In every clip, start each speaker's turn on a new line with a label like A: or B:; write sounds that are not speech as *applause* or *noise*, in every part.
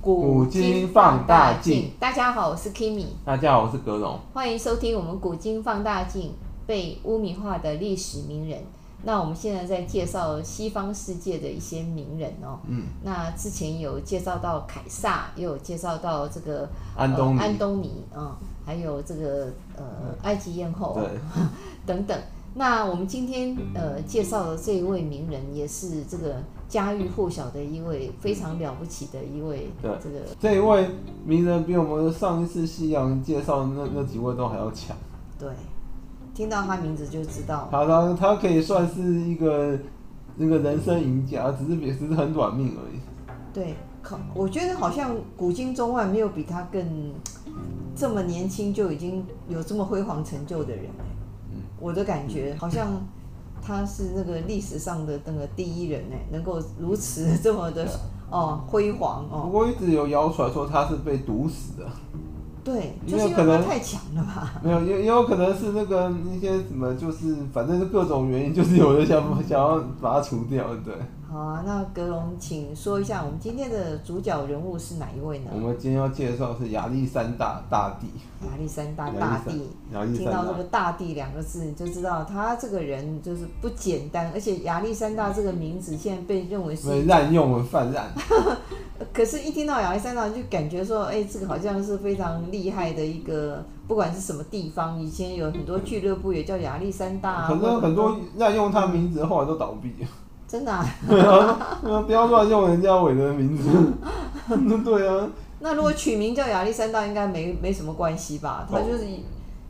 A: 古今放大镜。
B: 大家好，我是 Kimi，
A: 大家好，我是格龙。
B: 欢迎收听我们《古今放大镜》被污名化的历史名人。那我们现在在介绍西方世界的一些名人哦。
A: 嗯，
B: 那之前有介绍到凯撒，也有介绍到这个
A: 安东尼。嗯
B: 呃安东尼嗯，还有这个呃埃及艳后
A: 对，
B: 等等。那我们今天呃介绍的这一位名人，也是这个家喻户晓的一位非常了不起的一位
A: 对
B: 这个
A: 这一位名人比我们上一次西洋介绍的那那几位都还要强。
B: 对，听到他名字就知道
A: 他他他可以算是一个那个人生赢家，只是比只是很短命而已。
B: 对，靠，我觉得好像古今中外没有比他更这么年轻就已经有这么辉煌成就的人欸
A: 嗯
B: 我的感觉好像他是那个历史上的那个第一人哎，能够如此这么
A: 嗯
B: 的哦辉煌
A: 不
B: 哦，
A: 过一直有谣传说他是被毒死的， *laughs*
B: 对，
A: 因
B: 就
A: 为
B: 是因
A: 可
B: 为他
A: 能
B: 太强了吧？
A: 没有也也有可能是那个一些什么，就是反正是各种原因，就是有人想 *laughs* 想要把他除掉，对。
B: 好啊，那格隆，请说一下我们今天的主角人物是哪一位呢
A: 我？们今天要介绍是亚历山大大帝，
B: 亚历山大
A: 亚历
B: 大
A: 山
B: 帝。
A: 亚历
B: 听
A: 山
B: 到这个“大
A: 大，
B: 地”两个字，你就知道他这个人就是不简单。而且亚历山大这个名字现在被认为是，
A: 被滥用了泛滥，
B: 可是，一听到亚历山大就感觉说，哎，这个好像是非常厉害的一个，不管是什么地方，以前有很多俱乐部也叫亚历山大啊，
A: 可
B: 或者
A: 是很多滥用他名字，后来都倒
B: *laughs*
A: 闭了。
B: 真的、啊。
A: 嗯不要乱用人家伟人的名字。
B: *laughs*
A: 对啊，
B: 那如果取名叫亚历山大，应该没没什么关系吧？
A: 哦
B: 他就是、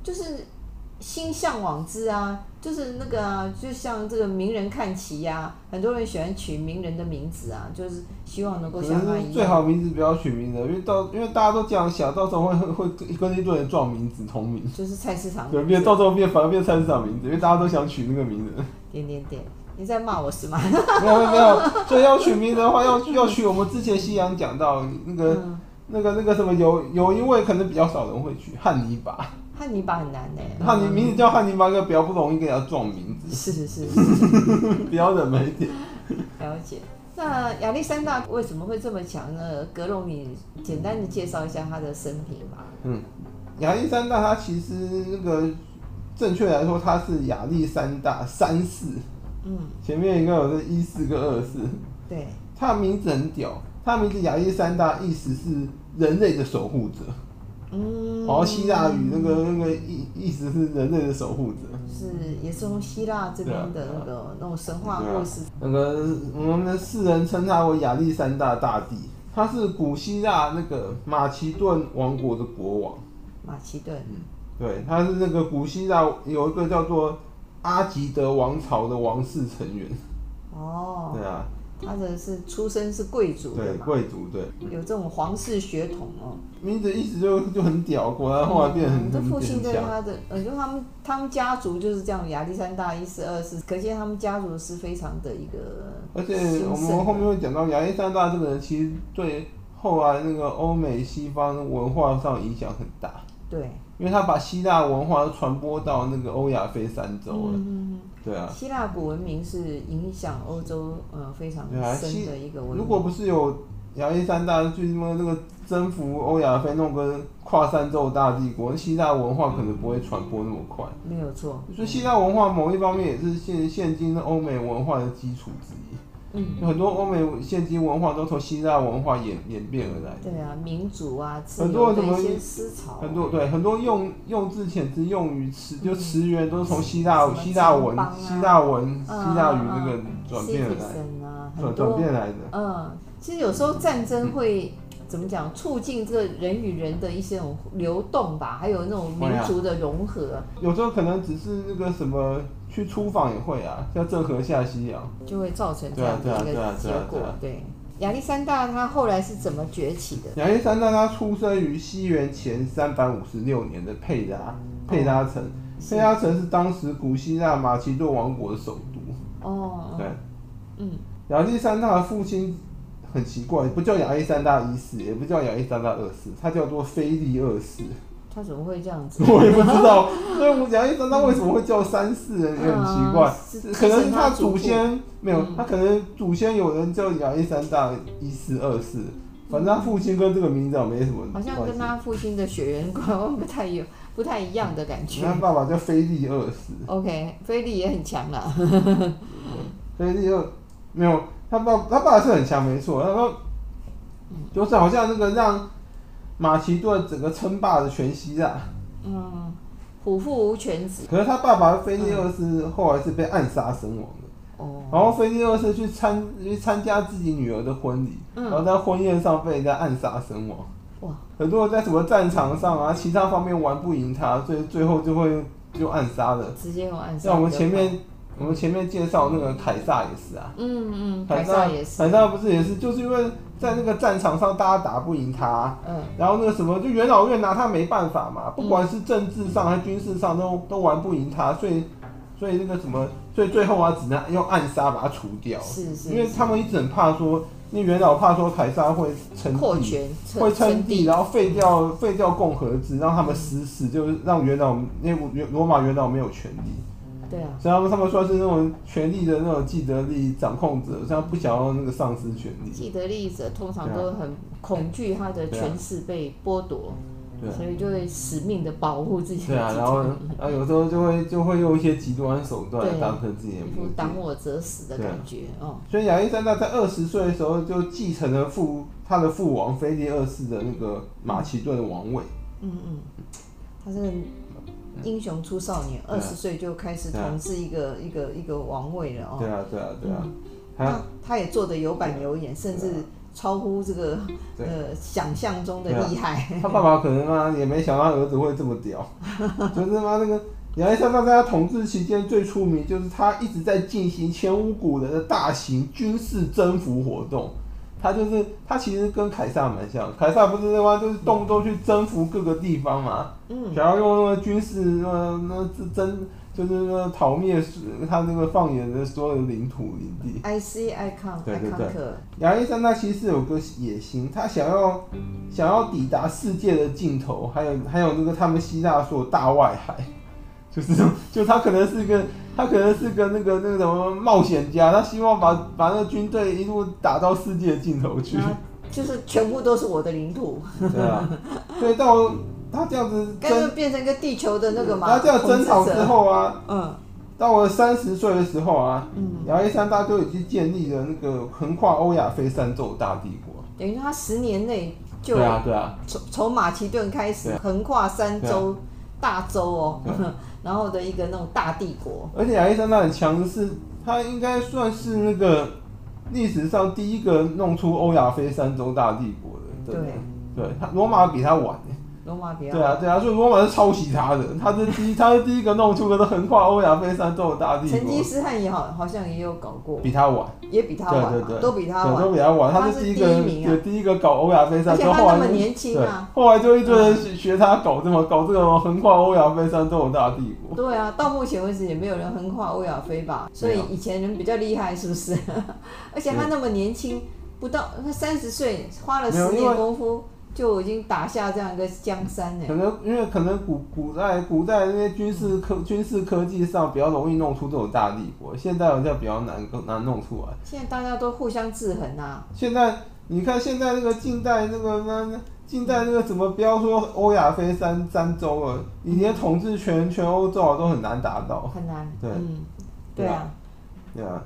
B: 就是心向往之啊，就是那个啊，就像这个名人看齐呀、很多人喜欢取名人的名字啊，就是希望能够
A: 可
B: 像他
A: 能是
B: 一
A: 嗯最
B: 样。
A: 好名字不要取名的，因为到因为大家都这样想，到时候会会会跟一堆人撞名字同名，
B: 就是菜市场
A: 对，变到时候变反而变菜市场名字，因为大家都想取那
B: *laughs*
A: 个名字。
B: 点点点，你在骂我是吗？
A: 没有没有，所以要取名的话，要要取我们之前西洋讲到那个。
B: 嗯，
A: 那个那个什么有有一位可能比较少人会去汉尼拔，
B: *laughs* 汉尼拔很难呢、
A: *laughs* 汉尼名字叫汉尼拔，应该比较不容易给他撞名字，
B: 是是
A: *laughs*
B: 是，
A: 比较冷门一点。
B: 了解。那亚历山大为什么会这么强呢？格隆，你简单的介绍一下他的生平吧。
A: 亚历山大他其实那个正确来说他是亚历山大三世，
B: 嗯，
A: 前面应该有这一四跟二四，
B: 对，
A: 他的名字很屌，他的名字亚历山大意思是人类的守护者，
B: 嗯，
A: 然后希腊语那个那个意意思是人类的守护者。
B: 是也是从希腊这边的
A: 啊
B: 那个、那种神话故事，
A: 那个我们世人称他为亚历山大大帝，他是古希腊那个马其顿王国的国王。
B: 马其顿，
A: 对，他是那个古希腊有一个叫做阿吉德王朝的王室成员。
B: 哦，
A: 对啊，
B: 他的是出身是贵族的
A: 对
B: 嘛，
A: 贵族，对
B: 有这种皇室血统哦。
A: 名字意思就就很屌，果然后来变得很
B: 嗯这
A: 很
B: 父亲
A: 很
B: 对
A: 强。
B: 他的，呃，就他们他们家族就是这样，亚历山大一世、二世，可见他们家族是非常的一个
A: 而且
B: 兴盛的，
A: 我们后面会讲到亚历山大这个人，其实对后来那个欧美西方文化上影响很大。
B: 对，
A: 因为他把希腊文化传播到那个欧亚非三洲了，
B: 嗯，
A: 对啊，
B: 希腊古文明是影响欧洲呃非常
A: 对啊
B: 深
A: 希
B: 的一个文明。
A: 如果不是有亚历山大去他妈那个征服欧亚非弄个跨三洲大帝国，希腊文化可能不会传播那么快。
B: 没有错，
A: 所以希腊文化某一方面也是现现今的欧美文化的基础之一，
B: 嗯。
A: 有很多欧美现今文化都从希腊文化演演变而来。
B: 对啊，民主啊，自
A: 很
B: 由
A: 多人
B: 的
A: 怎么
B: 一些思潮，啊
A: 很多对很多用用字遣词用语词就词源都是从希腊
B: 什么
A: 希腊文
B: 城邦啊
A: 希腊文希
B: 嗯
A: 腊语那个转变而来。
B: citizen 啊，很
A: 转转
B: 多
A: 变来的。
B: 嗯，其实有时候战争会怎么讲，促进这个人与人的一些种流动吧，还有那种民族的融合，
A: 有时候可能只是那个什么去出访也会啊，叫郑和下西洋。
B: 就会造成这样的一
A: 对
B: 个
A: 啊
B: 结
A: 对啊对啊对啊
B: 果
A: 对啊。
B: 对，亚历山大他后来是怎么崛起的？
A: 亚历山大他出生于西元前三百五十六年的佩拉佩拉城，
B: 哦是
A: 佩拉城是当时古希腊马其顿王国的首都。
B: 哦，
A: 对，
B: 嗯，
A: 亚历山大的父亲很奇怪，不叫亚历山大一世，也不叫亚历山大二世，他叫做菲利二世。 *laughs*
B: 他怎么会这样子？
A: 我也不知道，所以我讲一三，他为什么会叫三世人也很奇怪
B: 嗯是，
A: 可能是
B: 是
A: 他
B: 他祖
A: 祖
B: 父
A: 先没有
B: 嗯，
A: 他可能祖先有人叫亚历山大一世、二世，反正他父亲跟这个minister 没什么
B: 好
A: 关系。
B: 像跟他父亲的血缘关系不太有不太一样的感觉
A: 他。爸爸叫菲利二世，
B: OK，菲利也很强啦。
A: 菲利二没有他爸，他爸是很强，没错。他说
B: 嗯
A: 就是好像那个让马其顿整个称霸的全希腊，
B: 嗯，虎父无犬子。
A: 可是他爸爸菲利二世后来是被暗杀身亡的。
B: 哦，
A: 然后菲利二世去参去参加自己女儿的婚礼，
B: 嗯
A: 然后在婚宴上被人家暗杀身亡。
B: 哇，
A: 很多人在什么战场上啊，其他方面玩不赢他，所以最后就会就暗杀了。
B: 直接有暗杀。
A: 像我们前，面我们前面介绍那个凯撒也是啊，
B: 嗯嗯，凯撒
A: 撒
B: 也是，
A: 凯撒不是也是，就是因为在那个战场上大家打不赢他，
B: 嗯，
A: 然后那个什么就元老院拿他没办法嘛，不管是政治上还是军事上都都玩不赢他，所以所以那个什么，所以最后啊只能用暗杀把他除掉，
B: 是是，
A: 因为他们一直很怕说，那元老怕说凯撒会称
B: 扩
A: 帝。
B: 权
A: 会啊称
B: 称
A: 帝，然后废掉废掉共和制，让他们失势，就是让元老那个元罗马元老没有权力，
B: 对啊，
A: 所以他们他们说是那种权力的那种既得利掌控者，所以他不想要那个丧失权力。
B: 既得利益者通常
A: 啊
B: 都很恐惧他的权势被剥夺，
A: 对啊
B: 所以就会死命的保护自己的
A: 对啊，
B: 资
A: 然后
B: 产，
A: 然后有时候就会就会用一些极端手段来
B: 对
A: 当成自己的
B: 一
A: 目
B: 副
A: 的。
B: 挡我者死的
A: 啊
B: 感觉哦。
A: 所以亚历山大在二十岁的时候就继承了父他的父王腓力二世的那个马其顿的王位。
B: 嗯嗯，他是英雄出少年，
A: 对
B: 二
A: 啊
B: 十岁就开始
A: 对啊
B: 统治一个一个一个王位了
A: 对
B: 哦。
A: 啊，对啊，对啊，他啊
B: 那他也做的有板有眼，甚至超乎这个
A: 对啊
B: 呃想象中的
A: 对啊
B: 厉害。
A: 他爸爸可能嘛也没想到他儿子会这么屌，就是妈那个亚历山大在他统治期间最出名，就是他一直在进行前无古人的大型军事征服活动。他就是他其实跟凯撒蛮像，凯撒不是他妈就是动不动去征服各个地方嘛，
B: 嗯，
A: 想要用那个军事那那征就是那讨灭他那个放眼的所有的领土领地。
B: I C I con
A: 对
B: I
A: 对对
B: conquer，
A: 亚历山大其实有个野心，他想要想要抵达世界的尽头，还有还有那个他们希腊说的大外海， *laughs* 就是就他可能是个他可能是个那个那个什么冒险家，他希望把把那个军队一路打到世界的尽头去。
B: 然后就是全部都是我的领土，
A: *laughs* 对啊，所以到他这样子
B: 干脆
A: 争，
B: 变成一个地球的那个嘛。
A: 他这样争吵之后啊，
B: 统治者，嗯
A: 到我三十岁的时候啊，
B: 嗯，
A: 亚历山大就已经建立了那个横跨欧亚非三洲的大帝国。
B: 等于他十年内就
A: 对啊，对啊。
B: 从从马其顿开始
A: 对
B: 横跨三
A: 对啊
B: 洲、大洲
A: 对啊
B: 哦，然后的一个那种大帝国。
A: 而且亚历山大很强的是，他应该算是那个历史上第一个弄出欧亚非三洲大帝国的。真的
B: 对，
A: 对他罗马比他晚。
B: 罗马比较
A: 对啊，对啊，所以罗马是抄袭他的，他是第一，他是第一个弄出个横跨欧亚非三洲的大帝
B: 成
A: 国
B: 吉，思汗也好，好像也有搞过，
A: 比他晚。
B: 也比他晚
A: 对
B: 嘛，
A: 对对
B: 都比他
A: 对，
B: 晚
A: 都。比他晚，
B: 他
A: 他
B: 是
A: 是第一
B: 第一
A: 个，
B: 名啊
A: 对，第一个搞欧亚非
B: 而
A: 三
B: 且
A: 洲，
B: 他
A: 后来
B: 那么
A: 就
B: 年轻啊，
A: 对，后来就一堆人学他搞这么搞这个横跨欧亚非三洲的大帝国。
B: 对啊，到目前为止也没有人横跨欧亚非吧，所以以前人比较厉害，是不是？ *laughs* 而且他那么年轻，不到他三十岁，花了
A: 没有
B: 十
A: 因
B: 年
A: 为
B: 功夫就已经打下这样一个江山呢
A: 可。能因为可能古古代古代那些军事科军事科技上比较容易弄出这种大帝国，现代好像比较难难弄出来。
B: 现在大家都互相制衡啊，
A: 现在你看现在那个近代那个那那近代那个什么，不要说欧亚非三三洲了，你连统治全全欧洲啊都很难达到，
B: 很难。
A: 对
B: 嗯，对
A: 对
B: 啊，
A: 对啊，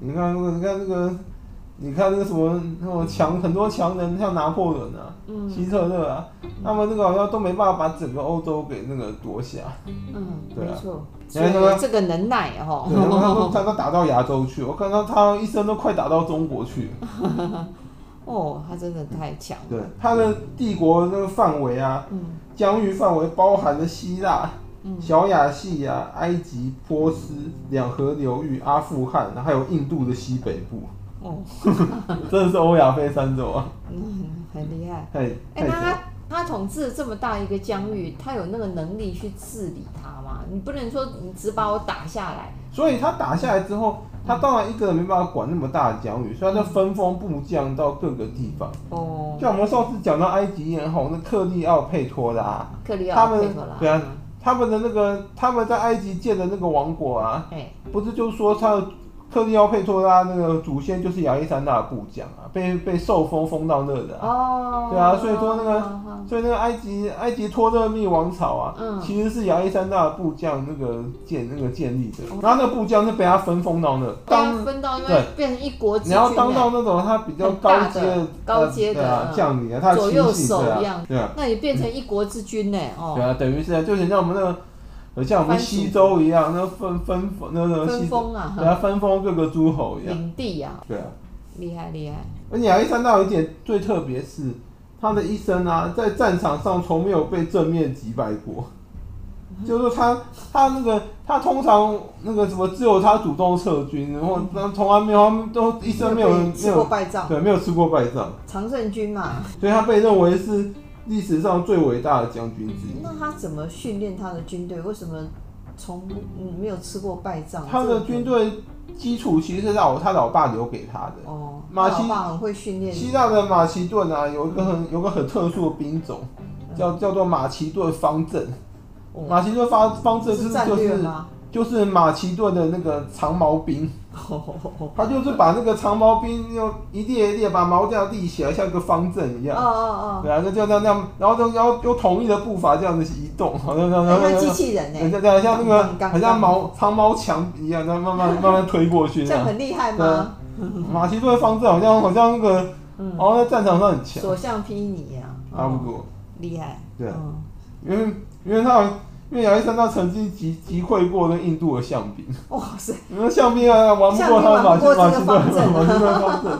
A: 你看那个你看那个你看那个什么那种强很多强人，像拿破仑啊、
B: 嗯
A: 希特勒啊，他们那个好像都没办法把整个欧洲给那个夺下。
B: 嗯，
A: 对啊
B: 没错。所
A: 然后呢
B: 以这个能耐哦
A: 对，啊然后他说他都打到亚洲去，我看到他一生都快打到中国去。
B: *laughs* 哦，他真的太强了。
A: 对，他的帝国那个范围啊，
B: 嗯
A: 疆域范围包含了希腊、
B: 嗯
A: 小亚细亚、埃及、波斯两河流域、阿富汗，还有印度的西北
B: *laughs*
A: 部，
B: 哦，
A: 真的是欧亚非三洲啊！
B: 嗯，很厉害。
A: 太
B: 哎、
A: 太
B: 那
A: 强了。
B: 他他统治了这么大一个疆域，他有那个能力去治理它吗？你不能说你只把我打下来，
A: 所以他打下来之后，他当然一个人没办法管那么大的疆域，所以他就分封部将到各个地方。
B: 哦，
A: 像我们上次讲到埃及艳后，那克利奥佩托拉、
B: 克里
A: 他
B: 奥
A: 们
B: 佩托拉，
A: 对啊他们的那个他们在埃及建的那个王国啊，
B: 哎，
A: 不是就说他的特利奥佩托拉那个祖先就是亚历山大的部将啊，被被受封封到那的啊。
B: 哦，
A: 对啊所以说那个
B: 好好
A: 所以那个埃及埃及托勒密王朝啊，
B: 嗯
A: 其实是亚历山大的部将那个建那个建立的，然后那个部将是被他分封到那，
B: 被它
A: 当
B: 分到，因为
A: 对
B: 变成一国之
A: 你
B: 君哎
A: 要当
B: 了
A: 到那种他比较
B: 很
A: 高
B: 大
A: 阶
B: 的高阶
A: 的
B: 的
A: 呃对啊
B: 嗯
A: 将领啊，他的
B: 左
A: 亲
B: 右
A: 信
B: 手
A: 对
B: 一
A: 啊
B: 样，
A: 对啊，
B: 那也变成一国之君呢、
A: 对
B: 哦，
A: 啊，等于是就像我们那个，呃像我们
B: 藩属
A: 西周一样，那分分那个
B: 分
A: 西，
B: 封啊，
A: 对啊，分封各个诸侯一样，
B: 领地啊，
A: 对啊。
B: 厉害厉害，
A: 而且亚历山大有一点最特别是，他的一生啊，在战场上从没有被正面击败过。就是说他他那个他通常那个什么，只有他主动撤军，然后那从来没有他们都一生没有人嗯没
B: 吃过
A: 有
B: 败仗，
A: 对没有吃过败仗，
B: 常胜军嘛，
A: 所以他被认为是历史上最伟大的将军之一。
B: 那他怎么训练他的军队？为什么从嗯没有吃过败仗？
A: 他
B: 这
A: 的
B: 个
A: 军队基础其实是老他老爸留给他的。
B: 哦，
A: 马
B: 他
A: 其
B: 老爸很会训练，
A: 希腊的马其顿啊，有一个很有一个很特殊的兵种，叫叫做马其顿方阵。
B: 嗯哦
A: 马其顿方方阵
B: 这
A: 就是是
B: 战
A: 就
B: 略
A: 是
B: 吗？
A: 就是马其顿的那个长矛兵，
B: 哦
A: 他就是把那个长矛兵用一列一列把矛这样立起来，像个方阵
B: 哦
A: 一样。
B: 哦，
A: 对啊，那就这样这样，然后就然后用统一的步伐这样子移动，好像这样，
B: 哎
A: 然后
B: 他机器人呢？
A: 人家这样像那
B: 杠
A: 个
B: 杠
A: 很像毛长矛墙一样，这样慢慢慢慢推过去
B: *laughs* 这
A: 这
B: 样
A: 样。
B: 很厉害
A: 对
B: 吗
A: 啊？马其顿方阵好像好像那个，
B: 嗯
A: 然后在战场上很强，
B: 所向披靡呀，哦
A: 差不多。
B: 厉害。
A: 对啊
B: 嗯
A: 因为因为他因为亚历山大曾经击击溃过那印度的象兵，
B: 哇塞，
A: 因为象兵啊玩不过他的马其马其顿
B: 象兵玩
A: *laughs* 马其顿方阵，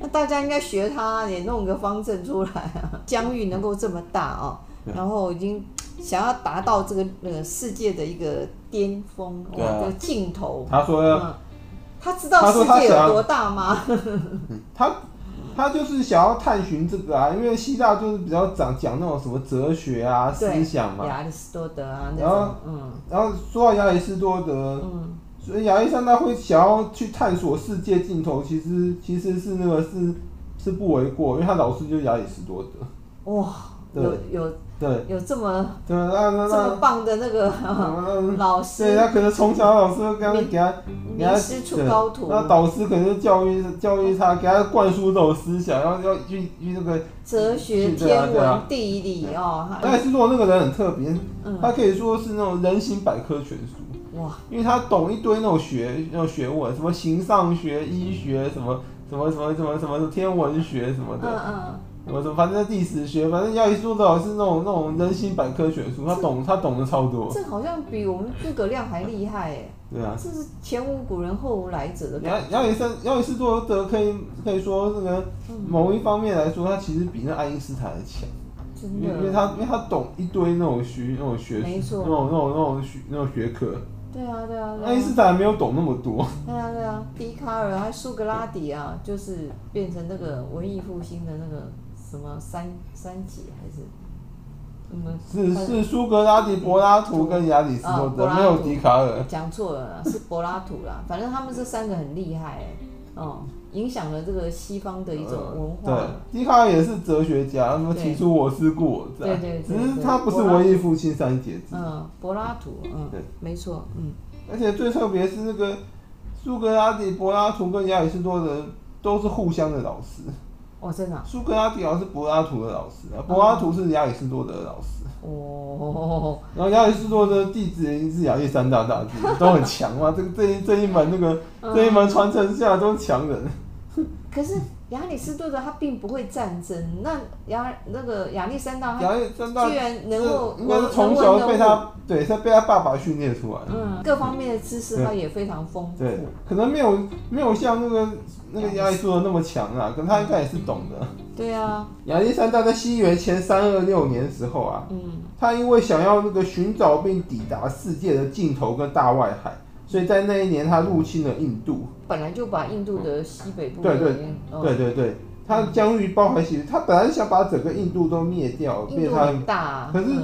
B: 那大家应该学他，也弄个方阵出来啊。 *laughs* 疆域能够这么大哦，
A: 对
B: 然后已经想要达到这个那个世界的一个巅峰，
A: 对啊
B: 哇，这个尽头。
A: 他说要
B: 嗯，他知道
A: 他
B: 世
A: 说他
B: 界
A: 想要
B: 有多大吗？
A: 他他就是想要探寻这个啊，因为希腊就是比较讲讲那种什么哲学啊
B: 对
A: 思想嘛，
B: 亚里士多德啊，那
A: 然
B: 种
A: 后，
B: 嗯
A: 然后说到亚里士多德，
B: 嗯，
A: 所以亚历山大会想要去探索世界尽头，其实其实是那个是是不为过，因为他老师就是亚里士多德，
B: 哇，
A: 对
B: 有有
A: 对
B: 有这么
A: 对，那
B: 这
A: 那那
B: 么棒的那个
A: 那那
B: 老
A: 对，
B: 师，
A: 他可能从小老师会跟他给他给他
B: 名师出高徒，
A: 那导师可能就教育教育他，给他灌输这种思想，然后要去去那个。
B: 哲学、
A: 对啊
B: 天
A: 对啊
B: 文、地理哦，
A: 亚
B: 还
A: 里士多德那个人很特别，
B: 嗯，
A: 他可以说是那种人形百科全书，
B: 哇，
A: 因为他懂一堆那种学那种学问，什么形上学、医学，什么什么什么什么什么天文学什么
B: 嗯
A: 的，
B: 嗯。
A: 什么什么反正历史学，反正亚里士多德老师那种那种人形百科全书，他懂他懂得超多，
B: 嗯这好像比我们诸葛亮还厉害哎！
A: 对啊。
B: 这是前无古人后无来者的
A: 亚
B: 感
A: 亚里士亚里士多德可以可以说那个某一方面来说，他其实比那爱因斯坦还强。
B: 觉，真
A: 因为因为
B: 的。
A: 他因为他懂一堆那种学那种学
B: 没错
A: 那种那种那种学那种学科，
B: 对啊，对啊，
A: 爱
B: 对
A: 因
B: 啊，
A: 斯坦没有懂那么多，
B: 对啊，对啊。笛卡尔还苏格拉底啊，就是变成那个文艺复兴的那个什么三三级还是什么？
A: 是是苏格拉底、柏拉图跟亚里士多
B: 啊柏
A: 德，
B: 拉图
A: 没有笛卡尔。
B: 讲错了啦，是柏拉图
A: *laughs*
B: 啦。反正他们这三个很厉害哎，哦，影响了这个西方的一种文化。
A: 呃对，笛卡尔也是哲学家，他们
B: 对
A: 提出我思故我在，
B: 对对对对
A: 只是他不是文艺复兴三杰之一，
B: 嗯，柏拉图，嗯
A: 对，
B: 没错，嗯，
A: 而且最特别是那个苏格拉底、柏拉图跟亚里士多德都是互相的老师，
B: 哦，真的啊、
A: 苏格拉底好像是柏拉图的老师啊，柏拉图是亚里士多德的老师。
B: 哦，
A: 然后亚里士多德弟子也是亚历山大大帝，都很强嘛。这个这一这一门那个、
B: 嗯
A: 这一门传承下来都是强人。
B: 啊可是亚里士多德他并不会战争，那亚那个亚历山大他
A: 亚历山大
B: 居然能够
A: 是应该是
B: 文
A: 从
B: 文
A: 小
B: 能
A: 被
B: 武
A: 他对，他被他爸爸训练出来的。
B: 嗯各方面的知识他也非常丰富
A: 对，可能没有没有像那个那个亚里士多德那么强啊，可能他应该也是懂的。
B: 对啊，
A: 亚历山大在西元前三二六年的时候啊，
B: 嗯，
A: 他因为想要那个寻找并抵达世界的尽头跟大外海，所以在那一年他入侵了印度。
B: 本来就把印度的西北部
A: 对对
B: 已经嗯
A: 对对对，它的疆域包含其实，它本来想把整个印度都灭掉，
B: 印
A: 变
B: 度
A: 成它
B: 很大啊，
A: 可是
B: 嗯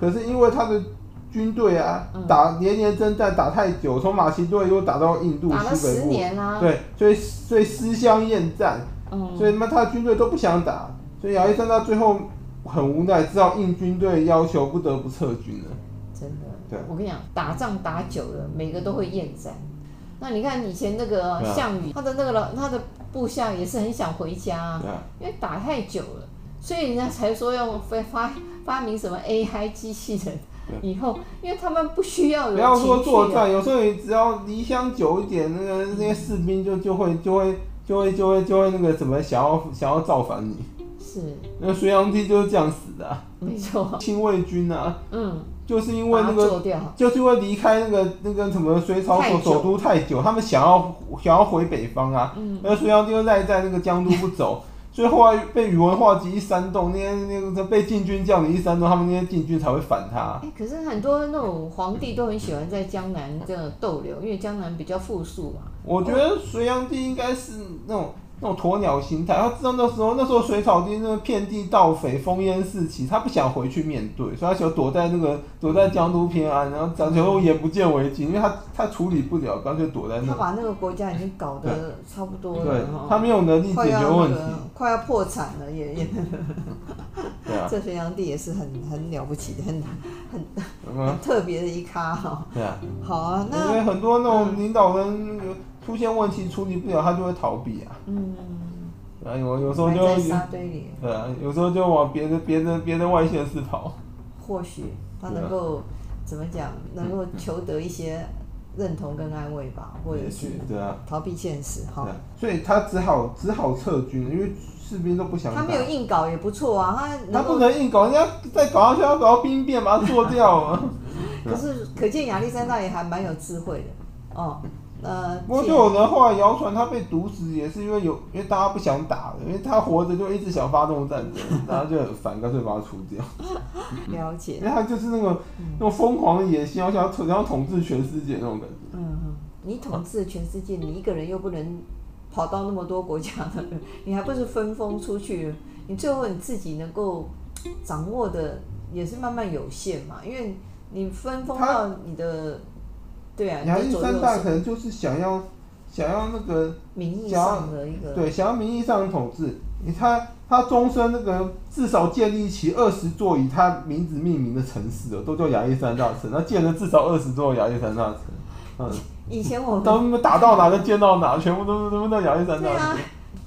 A: 可是因为它的军队啊
B: 嗯，
A: 打连年征战打太久，从马其顿又打到印度
B: 打了
A: 西
B: 十
A: 北部，
B: 年啊，
A: 对，所以所以私相厌战，
B: 嗯，
A: 所以那他的军队都不想打，所以亚历山大最后很无奈，知道印军队要求，不得不撤军了。
B: 真的，
A: 对
B: 我跟你讲，打仗打久了，每个都会厌战。那你看以前那个
A: 对啊
B: 项羽，他的那个老他的部下也是很想回家啊，
A: 对啊，
B: 因为打太久了，所以人家才说要发发发明什么 AI 机器人。以后，因为他们不需要有
A: 不要说
B: 情绪
A: 作
B: 啊，
A: 战，有时候你只要离乡久一点，那个那些士兵就就会就会就会就会就会那个什么，想要想要造反你。
B: 是
A: 那隋炀帝就是这样死的、啊，
B: 没错，
A: 亲卫军啊，
B: 嗯，
A: 就是因为
B: 把
A: 那
B: 它
A: 个
B: 做掉，
A: 就是因为离开那个那个什么隋朝首
B: 太久
A: 首都太久，他们想要想要回北方啊，
B: 嗯
A: 而隋炀帝又赖在那个江都不走，所以后来被宇文化及一煽动，那些那个被禁军叫你一煽动，他们那些禁军才会反他。
B: 哎、可是很多那种皇帝都很喜欢在江南这样逗留，因为江南比较富庶嘛。
A: 我觉
B: 哦
A: 得隋炀帝应该是那种那种鸵鸟心态，他知道那时候那时候隋朝帝那个遍地盗匪，烽烟四起，他不想回去面对，所以他就躲在那个躲在江都偏安，然后讲求眼不见为净，因为他他处理不了，干脆躲在那
B: 他。把那个国家已经搞得差不多
A: 对
B: 了，哦哈，
A: 他没嗯有能力
B: 快
A: 解
B: 要
A: 决
B: 那
A: 问题。
B: 个快要破产了，也 *laughs* 也
A: 对啊，
B: 这隋炀帝也是很很了不起的，很
A: 嗯，
B: 很特别的一咖哈、
A: 对啊，
B: 好啊，
A: 因
B: 那嗯
A: 为很多那种领导人呃出现问题处理不了，他就会逃避啊。
B: 嗯，
A: 对啊，有有时候
B: 埋
A: 就
B: 在沙堆里，
A: 对啊，有时候就往别的别的别的外县市跑。
B: 或许他
A: 对啊
B: 能够怎么讲，能够求得一些认同跟安慰吧，或者
A: 也
B: 是
A: 许对啊，
B: 逃避现实
A: 对
B: 哈。
A: 啊，所以他只好只好撤军，因为士兵都不想
B: 他
A: 打
B: 没。有硬搞也不错啊，他
A: 他
B: 能
A: 不
B: 够，
A: 能硬搞，人家再搞下去要搞到兵变，把他做掉啊。
B: *laughs* 可是可见亚历山大也还蛮有智慧的哦。呃，
A: 不过就有人后来谣传他被毒死，也是因为有因为大家不想打了，因为他活着就一直想发动战争，
B: *laughs*
A: 大家就很烦，干脆把他除掉。
B: 了
A: 因
B: 解，
A: 为他就是那种那种疯狂的野心，要想要统想要统治全世界那种感觉。
B: 嗯，嗯你统治全世界，你一个人又不能跑到那么多国家的，你还不是分封出去？你最后你自己能够掌握的也是慢慢有限嘛，因为你分封
A: 他
B: 到你的，对啊，你
A: 亚
B: 的
A: 历
B: 左
A: 山
B: 右
A: 大
B: 是
A: 可能就是想要想要那个
B: 名义
A: 想要
B: 上的一 *laughs* 个，
A: 对想要名义上的统治，你他他终身那个至少建立起二十座以他名字命名的城市哦，都叫亚历山大城，他建了至少二十座亚历山大城。嗯，
B: 以前我们
A: 他们打到哪就建到哪，全部都是都是那亚历山
B: 哦对
A: 大
B: 啊
A: 城。，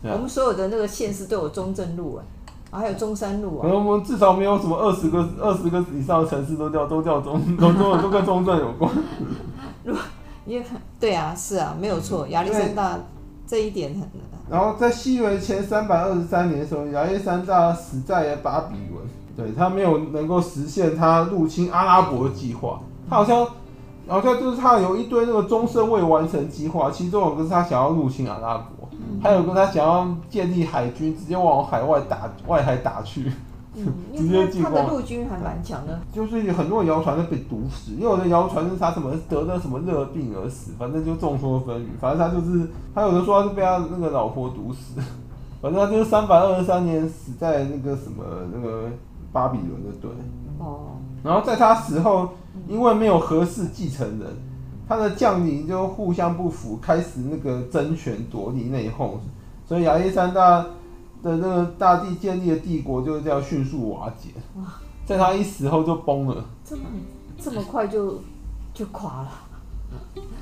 A: 对啊
B: 我们所有的那个县市都有中正路啊，啊还有中山路啊，
A: 可能我们至少没有什么二十个二十个以上的城市都叫都叫中都都都跟中正有关。
B: 因为对啊，是啊，没有错，亚历山大这一点很
A: 然后在西元前三百二十三年的时候，亚历山大死在了巴比伦，对他没有能够实现他入侵阿拉伯的计划，他好像好像就是他有一堆那个终身未完成计划，其中有个是他想要入侵阿拉伯，还有个他想要建立海军，直接往海外打外海打去。
B: 嗯，
A: 直
B: 因
A: 接
B: 为
A: 进
B: 他他
A: 攻
B: 的陆军还蛮强的，
A: 就是有很多人谣传是被毒死，也有人谣传是他什么得了什么热病而死，反正就众说纷纭。反正他就是，还有人说他是被他那个老婆毒死， *laughs* 反正他就是三百二十三年死在那个什么那个巴比伦的对。
B: 哦，
A: 然后在他死后，因为没有合适继承人，他的将领就互相不服，开始那个争权夺利内讧，所以亚历山大的那个大帝建立的帝国就是这样迅速瓦解。在他一死后就崩了。
B: 这么这么快就就垮了，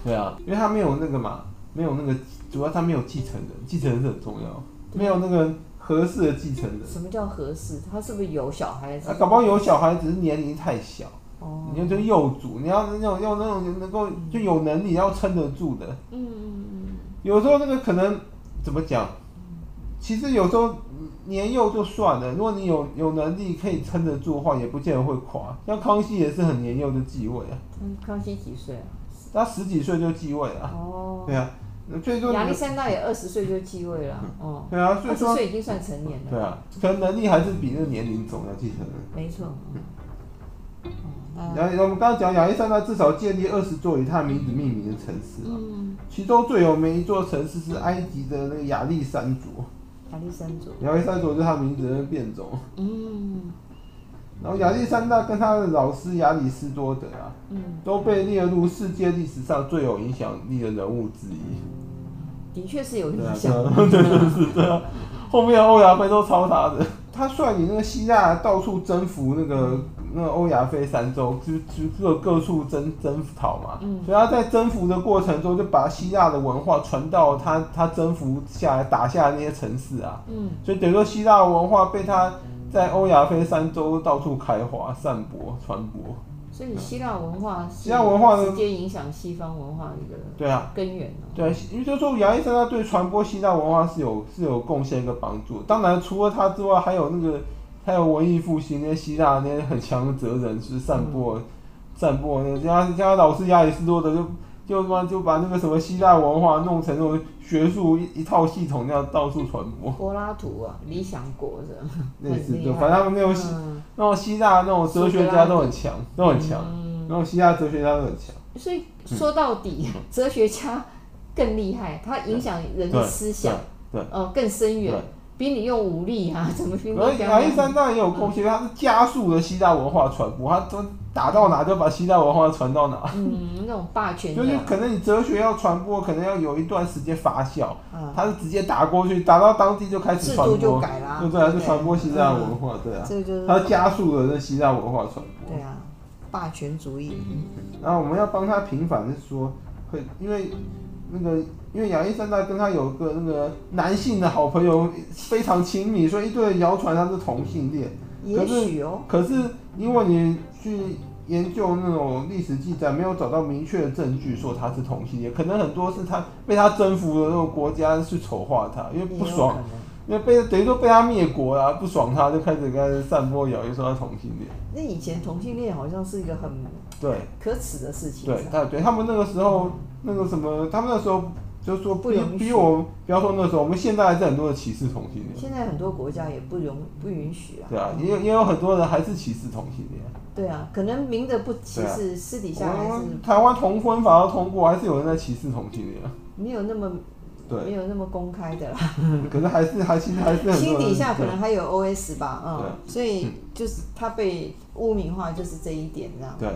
A: 对啊，因为他没有那个嘛，没有那个，主要他没有继承人，继承人是很重要，没有那个合适的继承人。
B: 什么叫合适？他是不是有小孩子？
A: 啊，搞不好有小孩，只是年龄太小，
B: 哦，
A: 你要就幼主，你要那种要那种能够就有能力要撑得住的。
B: 嗯，
A: 有时候那个可能怎么讲？其实有时候嗯年幼就算了，如果你有有能力可以撑得住的话，也不见得会垮。像康熙也是很年幼就继位啊，
B: 嗯他康熙几岁啊？
A: 他十几岁就继位啊，
B: 哦，
A: 对啊，那最多
B: 亚历山大也二十岁就继位了，哦，
A: 对啊，所
B: 二
A: 以
B: 十
A: 说
B: 岁已经算成年
A: 对
B: 了，
A: 啊，可能能力还是比那个年龄总要继承人。
B: 没错，嗯哦，那
A: 然后我们刚刚讲亚历山大至少建立二十座以他名字命名的城市啊，
B: 嗯，
A: 其中最有名一座城市是埃及的那个亚历山卓，
B: 亚历山卓，
A: 亚历山卓就是他名字的变种。
B: 嗯
A: 然后亚历山大跟他的老师亚里士多德啊，
B: 嗯，
A: 都被列入世界历史上最有影响力的人物之一。
B: 的确是有
A: 对啊
B: 影，
A: 对
B: 响，
A: 啊对对是对啊，后面的欧亚非都抄他的。他率领那个希腊到处征服那个那个欧亚非三洲，就就各各处征征讨嘛，所以他在征服的过程中，就把希腊的文化传到他他征服下来打下来那些城市啊，
B: 嗯，
A: 所以等于说希腊文化被他在欧亚非三洲到处开花、散播、传播。
B: 所以希腊文化是
A: 希腊文化呢
B: 直接影响西方文化的一个
A: 对啊，
B: 根源哦、
A: 对啊，也就是说亚历山大对传播希腊文化是有是有贡献跟帮助。当然，除了他之外，还有那个还有文艺复兴那些希腊那些很强的哲人，就是散播、
B: 嗯
A: 散播那个，像像他老师亚里士多德就就他妈就把那个什么希腊文化弄成那种学术一一套系统那样到处传播，
B: 柏拉图啊，理想国是吧？
A: 类似
B: 很厉
A: 对，
B: 害
A: 反正他们那种希
B: 嗯，
A: 那种希腊那种哲学家都很强，都很强，
B: 嗯
A: 那种希腊哲学家都很强。
B: 所以说到底，
A: 嗯
B: 哲学家更厉害，他影响人的思想，
A: 对
B: 哦、更深远
A: 对，
B: 比你用武力啊， *laughs* 怎么拼
A: 而
B: 命
A: 亚历山大也有贡
B: 嗯
A: 献，他是加速了希腊文化传播，他都打到哪就把希腊文化传到哪，
B: 嗯，那种霸权
A: 就是
B: 的，
A: 可能你哲学要传播，可能要有一段时间发酵，
B: 啊，
A: 他是直接打过去，打到当地就开始
B: 制
A: 传
B: 度
A: 播，
B: 就
A: 对
B: 改啦、
A: 不对啊？就传播希腊文化，对
B: 嗯
A: 啊，
B: 这个就是
A: 他加速了这希腊文化传播
B: 对。啊，霸权主义，
A: 嗯然后我们要帮他平反，是说会因为那个因为亚历山大跟他有个那个男性的好朋友非常亲密，所以一堆人谣传他是同性恋。
B: 也许哦、
A: 可是因为你去研究那种历史记载，没有找到明确的证据说他是同性恋，可能很多是他被他征服的那种国家去丑化他，因为不
B: 也有
A: 爽，
B: 可能
A: 因为被等于说被他灭国啦、不爽他就开始开始散播谣言说他同性恋。
B: 那以前同性恋好像是一个很
A: 对
B: 可耻的事情，啊
A: 对
B: 是，吧
A: 他对他们那个时候那个什么，他们那时候就说
B: 不
A: 比
B: 允许
A: 比我们不要说那时候，我们现在还是很多的歧视同性恋。
B: 现在很多国家也不容不允许啊。
A: 对啊，也有也有很多人还是歧视同性恋。
B: 对啊，可能明着不歧视，私底下还
A: 啊我
B: 是
A: 们台湾同婚法要通过，还是有人在歧视同性恋啊。
B: 没有那么
A: 对，
B: 没有那么公开的啦，
A: 可是还是还其实还是很多
B: 嗯
A: 人
B: 心底下可能还有 OS 吧，嗯，所以
A: 嗯
B: 就是他被污名化就是这一点这样。
A: 对。对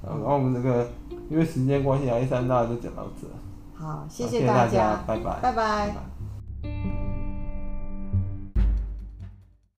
A: 然后我们这个因为时间关系，亚历山大就讲到这。
B: 好，谢
A: 好
B: 谢
A: 大
B: 大家，
A: 拜拜。
B: 拜拜。
A: 拜